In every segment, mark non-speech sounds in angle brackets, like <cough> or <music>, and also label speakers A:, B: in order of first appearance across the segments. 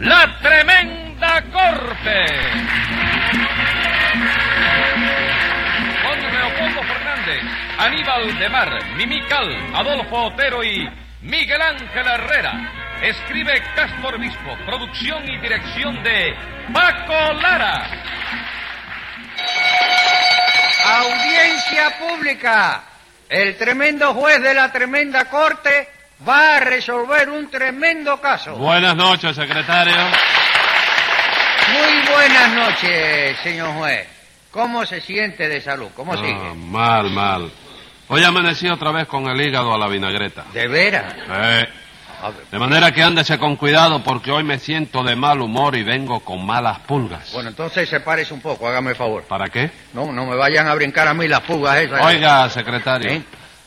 A: La tremenda corte. Con Leopoldo Fernández, Aníbal de Mar, Mimical, Adolfo Otero y Miguel Ángel Herrera. Escribe Castor Obispo, producción y dirección de Paco Lara.
B: Audiencia pública. El tremendo juez de la tremenda corte va a resolver un tremendo caso.
C: Buenas noches, secretario.
B: Muy buenas noches, señor juez. ¿Cómo se siente de salud? ¿Cómo
C: Ah,
B: sigue?
C: mal, mal. Hoy amanecí otra vez con el hígado a la vinagreta.
B: ¿De veras?
C: Eh,
B: A ver,
C: de manera que ándese con cuidado porque hoy me siento de mal humor y vengo con malas pulgas.
B: Bueno, entonces sepárese un poco, hágame el favor.
C: ¿Para qué?
B: No, no me vayan a brincar a mí las fugas esas.
C: Oiga, secretario.
B: ¿Eh?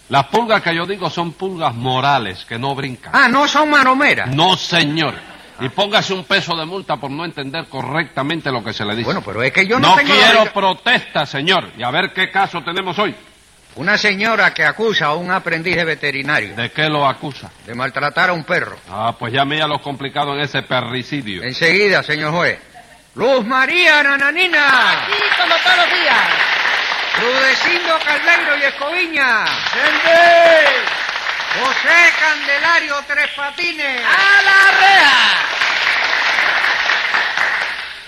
C: Las pulgas que yo digo son pulgas morales, que no brincan.
B: Ah, no son manomeras.
C: No, señor. Y póngase un peso de multa por no entender correctamente lo que se le dice.
B: Bueno, pero es que yo no,
C: no
B: tengo la
C: quiero
B: obliga-
C: protesta, señor. Y a ver qué caso tenemos hoy.
B: Una señora que acusa a un aprendiz de veterinario
C: ¿De qué lo acusa?
B: de maltratar a un perro.
C: Ah, pues ya mira lo complicado en ese
B: Eh.
C: perricidio.
B: Enseguida, señor juez. Luz María Nananina. Aquí como todos los días. Rudecindo Caldeiro y Escoviña. José Candelario Tres Patines.
D: Ah,
B: ¡A la rea!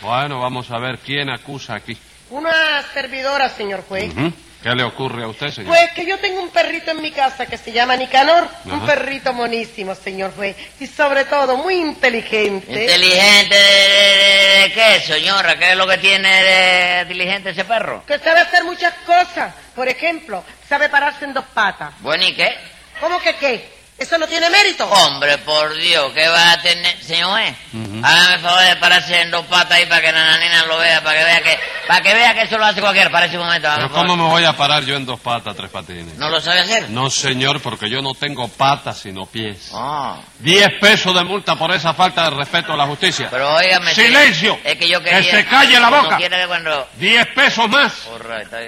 C: Bueno, vamos a ver quién acusa aquí.
D: Una servidora, señor juez.
C: Ujú. ¿Qué le ocurre a usted, señor?
D: Pues que yo tengo un perrito en mi casa que se llama Nicanor. Un
C: Ajá.
D: perrito monísimo, señor juez. Y sobre todo, muy inteligente.
E: ¿Inteligente de, de- de qué, señora? ¿Qué es lo que tiene de inteligente ese perro?
D: Que sabe hacer muchas cosas. Por ejemplo, sabe pararse en dos patas.
E: Bueno, ¿y qué?
D: ¿Cómo que qué? ¿Eso no tiene mérito?
C: Oh.
E: Hombre, por Dios, ¿qué va a tener, señor? eh?
C: Ujú.
E: Hágame el favor de pararse en dos patas ahí para que la nanina lo vea, para que vea que, para que vea que eso lo hace cualquiera. Para ese momento, hágame
C: ¿Pero
E: el favor.
C: cómo me voy a parar yo en dos patas, tres patines?
E: ¿No lo sabe hacer?
C: No, señor, porque yo no tengo patas sino pies.
E: Ah,
C: Diez pesos de multa por esa falta de respeto a la justicia.
E: pero óigame.
C: ¡Silencio!
E: Es que yo
C: ¡Que
E: quería...
C: se calle la boca!
E: No quiere que cuando...
C: Diez pesos más.
E: All right, está bien.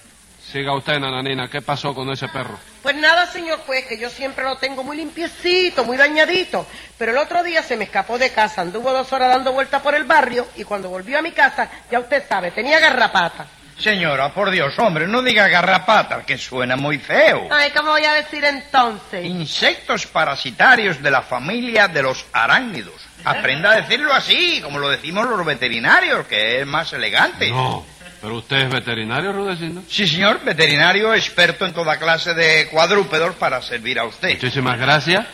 C: Siga usted, nananina, ¿qué pasó con ese perro?
D: Pues nada, señor juez, que yo siempre lo tengo muy limpiecito, muy bañadito. Pero el otro día se me escapó de casa, anduvo dos horas dando vueltas por el barrio y cuando volvió a mi casa, ya usted sabe, tenía garrapata.
B: Señora, por Dios, hombre, no diga garrapatas, que suena muy feo.
D: Ay, ¿cómo voy a decir entonces?
B: Insectos parasitarios de la familia de los arácnidos. Aprenda a decirlo así, como lo decimos los veterinarios, que es más elegante.
C: No, pero usted es veterinario, Rudecindo.
B: Sí, señor, veterinario experto en toda clase de cuadrúpedos para servir a usted.
C: Muchísimas gracias.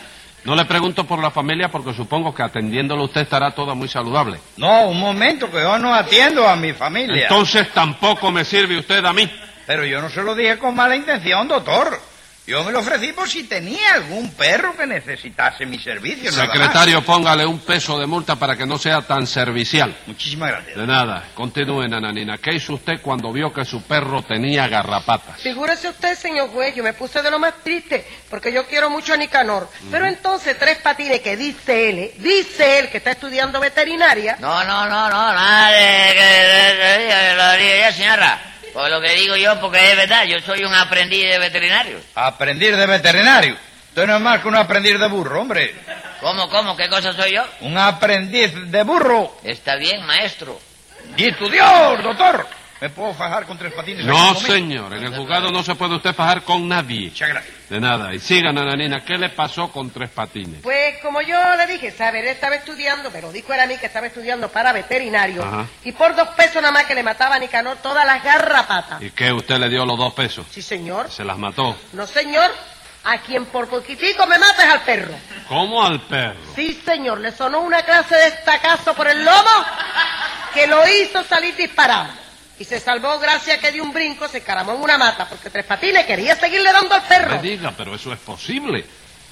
C: No le pregunto por la familia porque supongo que atendiéndolo usted estará toda muy saludable.
B: No, un momento, que yo no atiendo a mi familia.
C: Entonces tampoco me sirve usted a mí.
B: Pero yo no se lo dije con mala intención, doctor. Yo me lo ofrecí por si tenía algún perro que necesitase mi servicio. nada más.
C: Secretario, póngale un peso de multa para que no sea tan servicial.
B: Muchísimas gracias.
C: De nada, continúe, nananina. ¿Qué hizo usted cuando vio que su perro tenía garrapatas?
D: Figúrese usted, señor juez, yo me puse de lo más triste, porque yo quiero mucho a Nicanor. Pero entonces, Tres Patines, que dice él, eh, dice él que está estudiando veterinaria...
E: No, no, no, no, nada de que- de- de- de- de- lo diga ella, señora. Por lo que digo yo, porque es verdad, yo soy un aprendiz de veterinario.
B: Aprendir de veterinario. Tú no es más que un aprendiz de burro, hombre.
E: ¿Cómo, cómo? ¿Qué cosa soy yo?
B: Un aprendiz de burro.
E: Está bien, maestro.
B: Y tu Dios, doctor. ¿Me puedo fajar con tres patines?
C: No,
B: aquí conmigo?
C: señor, en el juzgado no se puede usted fajar con nadie.
B: Muchas gracias.
C: De nada, y siga, nananina, ¿qué le pasó con Tres Patines?
D: Pues como yo le dije, saber, él estaba estudiando, pero dijo era a mí que estaba estudiando para veterinario.
C: Ajá.
D: Y por dos pesos nada más que le mataba a Nicanor todas las garrapatas.
C: ¿Y qué? ¿Usted le dio los dos pesos?
D: Sí, señor.
C: ¿Se las mató?
D: No, señor. A quien por poquitico me mata es al perro.
C: ¿Cómo al perro?
D: Sí, señor. Le sonó una clase de estacazo por el lomo que lo hizo salir disparado. Y se salvó gracias a que de un brinco se caramó en una mata, porque Tres Patines quería seguirle dando al
C: Me
D: perro.
C: diga, pero eso es posible.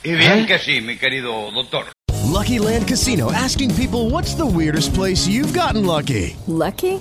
B: Y bien
C: ¿Eh?
B: que sí, mi querido doctor.
F: Lucky Land Casino asking people what's the weirdest place you've gotten lucky?
G: Lucky?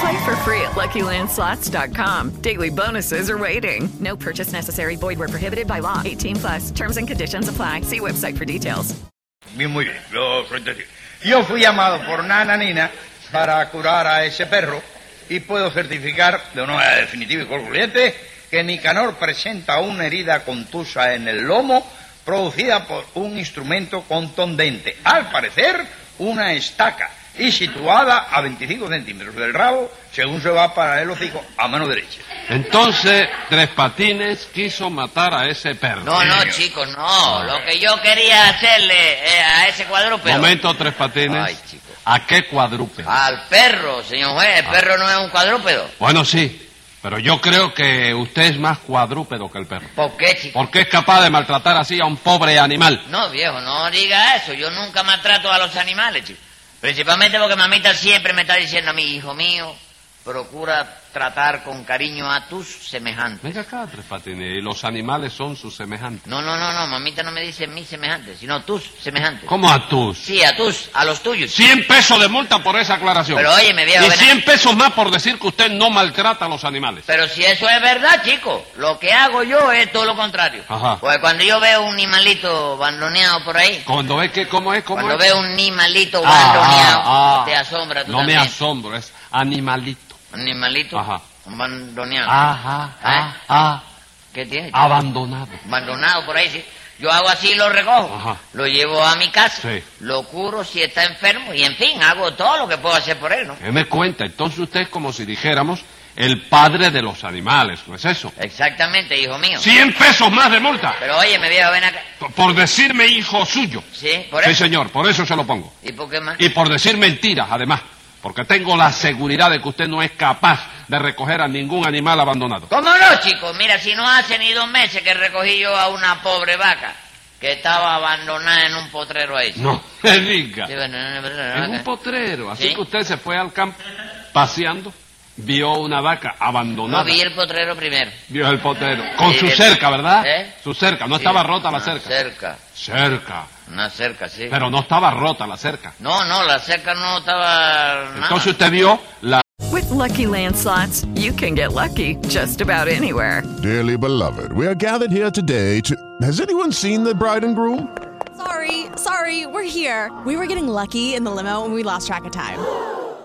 H: Play for free at LuckyLandSlots.com. Daily bonuses are waiting. No purchase necessary. Void where prohibited by law. 18 plus terms and conditions apply. See website for details.
B: Bien, muy bien. Yo, soy testigo. Yo fui llamado por Nana Nina para curar a ese perro y puedo certificar de una manera definitiva y concluyente que Nicanor presenta una herida contusa en el lomo producida por un instrumento contundente, al parecer una estaca, y situada a 25 centímetros del rabo, según se va para el hocico, a mano derecha.
C: Entonces, Tres Patines quiso matar a ese perro.
E: No, no, chicos, no. Lo que yo quería hacerle eh, a ese cuadrúpedo.
C: Momento, Tres Patines. ¿A qué cuadrúpedo?
E: Al perro, señor juez. El perro no es un cuadrúpedo.
C: Bueno, sí, pero yo creo que usted es más cuadrúpedo que el perro.
E: ¿Por qué, chico?
C: Porque es capaz de maltratar así a un pobre animal.
E: No, viejo, no diga eso. Yo nunca maltrato a los animales, chico. Principalmente porque mamita siempre me está diciendo a mí, hijo mío, procura tratar con cariño a tus semejantes.
C: Venga acá, Tres Patines, y los animales son sus semejantes.
E: No, no, no, no, mamita no me dice mis semejantes, sino tus semejantes.
C: ¿Cómo a tus?
E: Sí, a tus, a los tuyos.
C: 100 pesos de multa por esa aclaración.
E: Pero óyeme, viejo,
C: Y
E: ven-
C: 100 pesos más por decir que usted no maltrata a los animales.
E: Pero si eso es verdad, chico, lo que hago yo es todo lo contrario.
C: Ajá.
E: Porque cuando yo veo un animalito bandoneado por ahí,
C: Cuando ve que, ¿cómo es? ¿Cómo
E: cuando
C: es?
E: veo un animalito
C: Ah,
E: bandoneado,
C: ah, ah.
E: te asombra tú
C: No me
E: también.
C: asombro, es animalito.
E: Animalito.
C: Ajá.
E: Un bandoneado.
C: Ajá,
E: Ah,
C: ah,
E: ¿Qué tiene?
C: abandonado.
E: Abandonado por ahí, sí. Yo hago así y lo recojo.
C: Ajá.
E: Lo llevo a mi casa.
C: Sí.
E: Lo curo si está enfermo. Y en fin, hago todo lo que puedo hacer por él, ¿no?
C: ¿Qué me cuenta? Entonces usted es como si dijéramos el padre de los animales, ¿no es eso?
E: Exactamente, hijo mío.
C: 100 pesos más de multa.
E: Pero oye, me viejo, ven acá.
C: P- Por decirme hijo suyo.
E: Sí, por
C: Sí,
E: eso.
C: señor, por eso se lo pongo.
E: ¿Y por qué más?
C: Y por decir mentiras, además. Porque tengo la seguridad de que usted no es capaz de recoger a ningún animal abandonado.
E: ¿Cómo no, chicos? Mira, si no hace ni dos meses que recogí yo a una pobre vaca que estaba abandonada en un potrero ahí.
C: No me diga.
E: Sí, bueno, no, no, no, no,
C: En un
E: acá.
C: potrero. Así
E: Sí.
C: que usted se fue al campo paseando, vio una vaca
E: No
C: abandonada.
E: vi el potrero primero.
C: Vio el potrero. Con
E: Sí,
C: su
E: el-
C: cerca, ¿verdad?
E: ¿Eh?
C: Su cerca. No
E: Sí,
C: estaba rota la
E: una
C: cerca.
E: Cerca,
C: Cerca.
E: una cerca, sí.
C: Pero no estaba rota la cerca.
E: No, no, la cerca no estaba nada.
C: Entonces usted vio la...
H: With Lucky Land slots, you can get lucky just about anywhere.
I: Dearly beloved, we are gathered here today to. Has anyone seen the bride and groom?
J: Sorry, sorry, we're here. We were getting lucky in the limo and we lost track of time.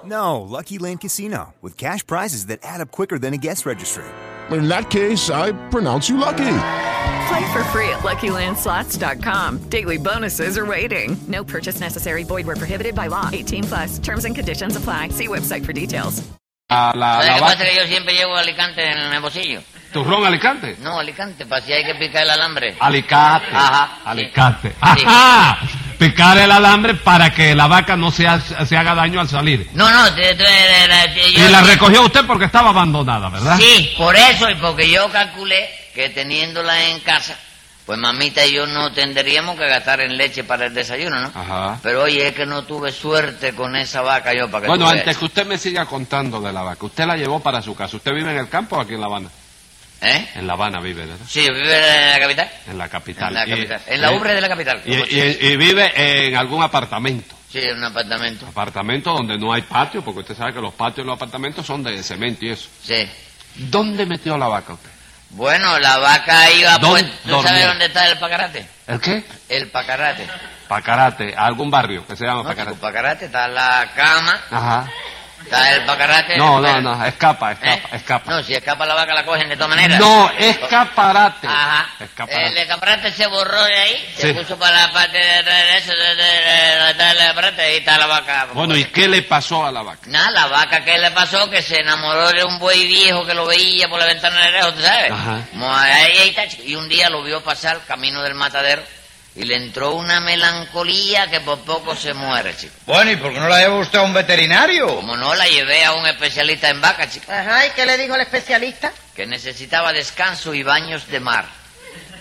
K: No, Lucky Land Casino, with cash prizes that add up quicker than a guest registry.
I: In that case, I pronounce you lucky.
H: Play for free at LuckyLandSlots.com. Daily bonuses are waiting. No purchase necessary. Void where prohibited by law. 18 plus. Terms and conditions apply. See website for details.
C: la, la,
E: ¿Sabes
C: la
E: qué
C: vaca-
E: pasa? Que yo siempre llevo Alicante en el bolsillo.
C: ¿Turrón Alicante?
E: No, Alicante, para si hay que picar el alambre.
C: Alicate.
E: Ajá,
C: Alicate.
E: Sí.
C: ¡Ajá! Picar el alambre para que la vaca no se, ha- se haga daño al salir.
E: No, no, te- te- te- te- te-
C: Y
E: yo-
C: la recogió usted porque estaba abandonada, ¿verdad?
E: Sí, por eso y porque yo calculé que teniéndola en casa, pues mamita y yo no tendríamos que gastar en leche para el desayuno, ¿no?
C: Ajá.
E: Pero oye, es que no tuve suerte con esa vaca yo para que
C: Bueno,
E: tú veas.
C: antes que usted me siga contando de la vaca, usted la llevó para su casa. ¿Usted vive en el campo o aquí en La Habana?
E: ¿Eh?
C: En La Habana vive, ¿verdad?
E: Sí, vive en la capital.
C: En la capital.
E: En la
C: Y-
E: capital. En la
C: y-
E: ubre de la capital.
C: Y, y- y vive en algún apartamento.
E: Sí, en un apartamento.
C: Apartamento donde no hay patio, porque usted sabe que los patios de los apartamentos son de cemento y eso.
E: Sí.
C: ¿Dónde metió la vaca usted?
E: Bueno, la vaca iba
C: ¿Dónde
E: pues... ¿Tú sabes
C: dormía?
E: dónde está el pacarate?
C: ¿El qué?
E: El pacarate.
C: Pacarate, algún barrio que se llama
E: No, el
C: Pacarate.
E: pacarate está la cama,
C: Ajá.
E: está el pacarate...
C: No, no,
E: bueno.
C: no, escapa, escapa, escapa.
E: Eh, No, si escapa la vaca la cogen de todas maneras.
C: No, escaparate.
E: Ajá. Eh,
C: Escaparate.
E: El escaparate se borró de ahí, se
C: Sí.
E: puso para la parte de atrás de eso, de, de- de- de- de- del escaparate, ahí está la vaca.
C: Bueno, ¿y qué le pasó a la vaca?
E: Nada, la vaca que le pasó, que se enamoró de un buey viejo que lo veía por la ventana de lejos, ¿tú sabes?
C: Ajá.
E: Mo- Ahí, ahí está, chico. y un día lo vio pasar camino del matadero y le entró una melancolía que por poco se muere, chico.
B: Bueno, ¿y por qué no la lleva usted a un veterinario?
E: Como no la llevé a un especialista en vaca, chico,
D: Ajá, ¿y qué le dijo el especialista?
E: que necesitaba descanso y baños de mar.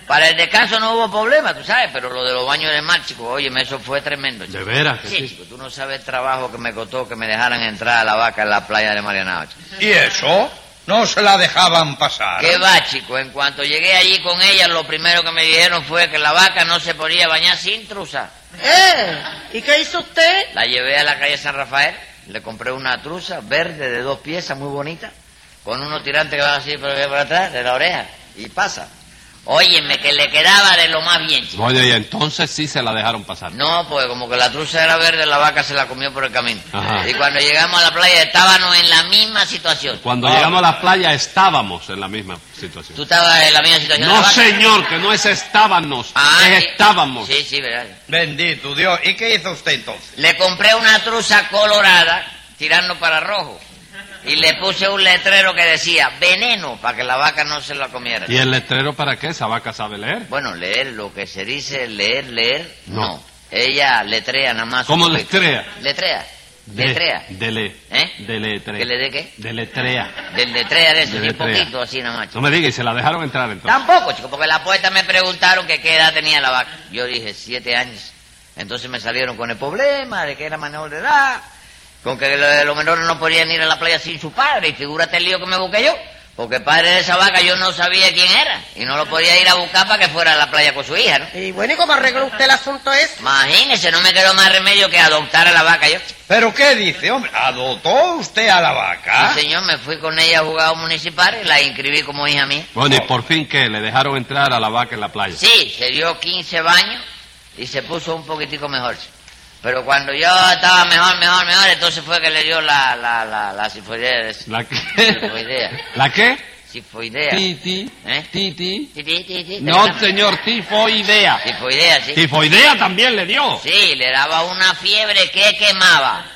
E: Para el descanso no hubo problema, tú sabes, pero lo de los baños de mar, chico, óyeme, eso fue tremendo, chico.
C: De veras que
E: Sí,
C: sí.
E: chico, tú no sabes el trabajo que me costó que me dejaran entrar a la vaca en la playa de Marianao, chico.
B: ¿Y eso? No se la dejaban pasar.
E: ¿Qué va, chico? En cuanto llegué allí con ella, lo primero que me dijeron fue que la vaca no se podía bañar sin trusa.
D: ¿Eh? ¿Y qué hizo usted?
E: La llevé a la calle San Rafael, le compré una trusa verde de dos piezas, muy bonita, con unos tirantes que van así por, por atrás, de la oreja, y pasa. Óyeme, que le quedaba de lo más bien, chico.
C: Pues, Oye, y entonces sí se la dejaron pasar.
E: No, pues como que la trusa era verde, la vaca se la comió por el camino.
C: Ajá.
E: Y cuando llegamos a la playa estábamos en la misma situación.
C: Cuando
E: Oh,
C: llegamos a la playa estábamos en la misma situación.
E: ¿Tú estabas en la misma situación?
C: No,
E: de la vaca?
C: señor, que no es estábamos,
E: Ah,
C: es
E: sí.
C: estábamos.
E: Sí, sí, verdad.
B: Bendito Dios. ¿Y qué hizo usted entonces?
E: Le compré una truza colorada, tirando para rojo. Y le puse un letrero que decía veneno para que la vaca no se la comiera.
C: ¿Y el letrero para qué? ¿Esa vaca sabe leer?
E: Bueno, leer lo que se dice, leer, leer,
C: No.
E: no. Ella letrea nada más.
C: ¿Cómo
E: un poquito.
C: letrea?
E: Letrea.
C: De-
E: letrea.
C: Dele.
E: ¿Eh?
C: Deletrea.
E: ¿Que le dé qué?
C: Deletrea.
E: Del letrea de eso, un
C: Deletrea.
E: poquito así nada más.
C: No
E: chico.
C: me diga, y se la dejaron entrar entonces.
E: Tampoco, chico, porque la puerta me preguntaron que qué edad tenía la vaca. Yo dije, siete años. Entonces me salieron con el problema de que era menor de edad, con que lo- los menores no podían ir a la playa sin su padre, y figúrate el lío que me busqué yo, porque el padre de esa vaca yo no sabía quién era, y no lo podía ir a buscar para que fuera a la playa con su hija, ¿no?
D: Y bueno, ¿y cómo arregló usted el asunto ese?
E: Imagínese, no me quedó más remedio que adoptar a la vaca yo.
B: ¿Pero qué dice, hombre? ¿Adoptó usted a la vaca?
E: Sí, señor, me fui con ella a juzgado municipal y la inscribí como hija mía.
C: Bueno, y por fin que le dejaron entrar a la vaca en la playa.
E: Sí, se dio 15 baños y se puso un poquitico mejor. Pero cuando yo estaba mejor, mejor, mejor, entonces fue que le dio la, la, la, la sifoidea.
C: ¿La qué?
E: Sifoidea.
C: ¿La qué?
E: Sifoidea.
C: Titi.
E: ¿Eh?
C: Titi.
E: Ti, ti, ti, ti.
C: No, señor, tifoidea.
E: Tifoidea, sí.
C: Tifoidea también le dio.
E: Sí, le daba una fiebre que quemaba.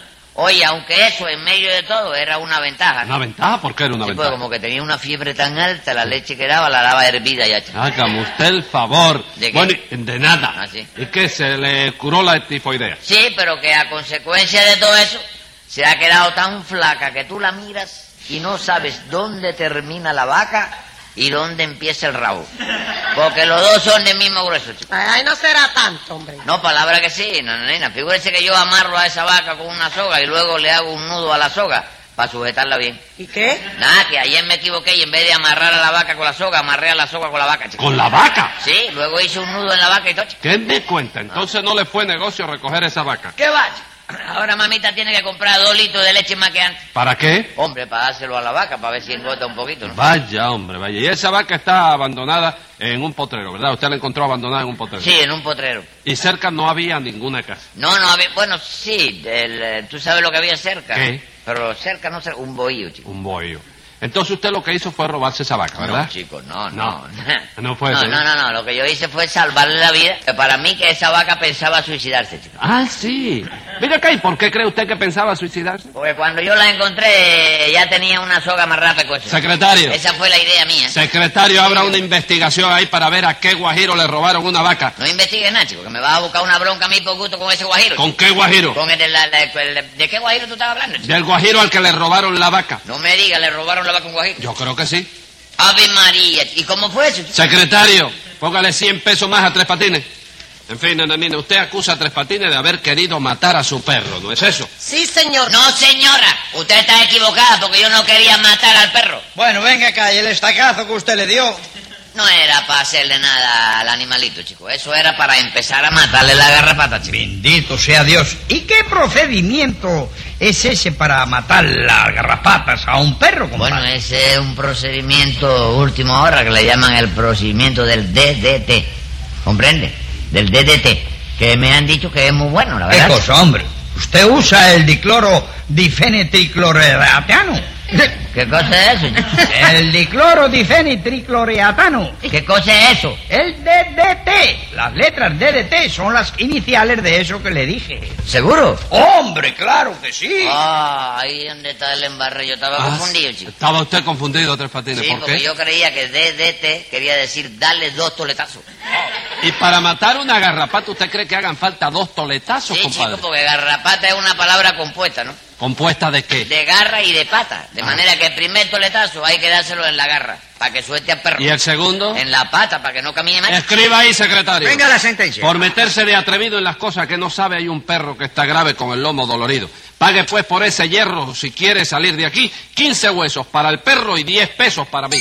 E: Oye, aunque eso en medio de todo era una ventaja. ¿no?
C: Una ventaja, ¿por qué era una
E: Sí,
C: ventaja?
E: pues, como que tenía una fiebre tan alta, la leche que daba la daba hervida ya. chico.
C: Hágame usted el favor.
E: ¿De qué? Ah,
C: Bueno, y- de nada.
E: Así.
C: Es que se le curó la tifoidea.
E: Sí, pero que a consecuencia de todo eso se ha quedado tan flaca que tú la miras y no sabes dónde termina la vaca y dónde empieza el rabo. Porque los dos son del mismo grueso, chico.
D: Ay, no será tanto, hombre.
E: No, palabra que sí, nananina. Figúrese que yo amarro a esa vaca con una soga y luego le hago un nudo a la soga para sujetarla bien.
D: ¿Y qué?
E: Nada, que ayer me equivoqué y en vez de amarrar a la vaca con la soga, amarré a la soga con la vaca, chico.
C: ¿Con la vaca?
E: Sí, luego hice un nudo en la vaca y todo, chico.
C: ¿Qué me cuenta?
E: Ah.
C: Entonces no le fue negocio recoger esa vaca.
E: ¿Qué va? chico? Ahora mamita tiene que comprar dos litros de leche más que antes.
C: ¿Para qué?
E: Hombre, para dárselo a la vaca, para ver si engorda un poquito, ¿no?
C: Vaya, hombre, vaya. Y esa vaca está abandonada en un potrero, ¿verdad? Usted la encontró abandonada en un potrero.
E: Sí, en un potrero.
C: Y cerca no había ninguna casa.
E: No, no, había, bueno, sí, el, eh, tú sabes lo que había cerca.
C: ¿Qué?
E: Pero cerca no sé, un bohío, chico.
C: Un bohío. Entonces usted lo que hizo fue robarse esa vaca, ¿verdad?
E: No, chico, no,
C: No.
E: no.
C: <laughs> No fue
E: no,
C: eso,
E: no,
C: ¿no?
E: no, no, lo que yo hice fue salvarle la vida. que Para mí que esa vaca pensaba suicidarse, chico.
C: Ah, sí. Mira acá, ¿y por qué cree usted que pensaba suicidarse?
E: Porque cuando yo la encontré, eh, ya tenía una soga más rápida.
C: Secretario.
E: Esa fue la idea mía.
C: Secretario, habrá una investigación ahí para ver a qué guajiro le robaron una vaca.
E: No investigues nada, chico, que me vas a buscar una bronca a mí por gusto con ese guajiro.
C: ¿Con
E: chico.
C: qué guajiro?
E: Con el de la- la- el de- ¿De qué guajiro tú estabas hablando, chico?
C: Del guajiro al que le robaron la vaca.
E: No me digas, le robaron la vaca a un guajiro.
C: Yo creo que sí.
E: Ave María, ¿y cómo fue eso? chico?
C: Secretario, póngale 100 pesos más a Tres Patines. En fin, nananina, usted acusa a Tres Patines de haber querido matar a su perro, ¿no es eso?
E: Sí, señor. No, señora. Usted está equivocada porque yo no quería matar al perro.
B: Bueno, venga acá, y el estacazo que usted le dio.
E: No era para hacerle nada al animalito, chico. Eso era para empezar a matarle la garrapata, chico.
B: Bendito sea Dios. ¿Y qué procedimiento es ese para matar las garrapatas a un perro, compadre?
E: Bueno, ese es un procedimiento última hora que le llaman el procedimiento del DDT. ¿Comprende? Del DDT. Que me han dicho que es muy bueno, la
B: ¿Qué
E: verdad.
B: cosa, hombre? Usted usa el dicloro
E: <laughs>
B: difenitricloreatano.
E: ¿Qué cosa es eso? chico?
B: El dicloro difenitricloreatano.
E: ¿Qué cosa es eso?
B: El DDT. Las letras DDT son las iniciales de eso que le dije.
E: ¿Seguro?
B: Hombre, claro que sí.
E: Ah, ahí donde está el embarre. Yo estaba
C: Ah,
E: confundido, chico.
C: Estaba usted confundido, Tres Patines,
E: Sí,
C: ¿por
E: porque
C: qué?
E: yo creía que DDT quería decir darle dos toletazos.
C: Y para matar una garrapata, ¿usted cree que hagan falta dos toletazos,
E: Sí,
C: compadre?
E: chico, porque garrapata es una palabra compuesta, ¿no?
C: ¿Compuesta de qué?
E: De garra y de pata. De manera que el primer toletazo hay que dárselo en la garra, para que suelte al perro.
C: ¿Y el segundo?
E: En la pata, para que no camine más.
C: Escriba ahí, secretario.
B: Venga la sentencia.
C: Por meterse de atrevido en las cosas que no sabe, hay un perro que está grave con el lomo dolorido. Pague pues por ese hierro si quiere salir de aquí 15 huesos para el perro y 10 pesos para mí.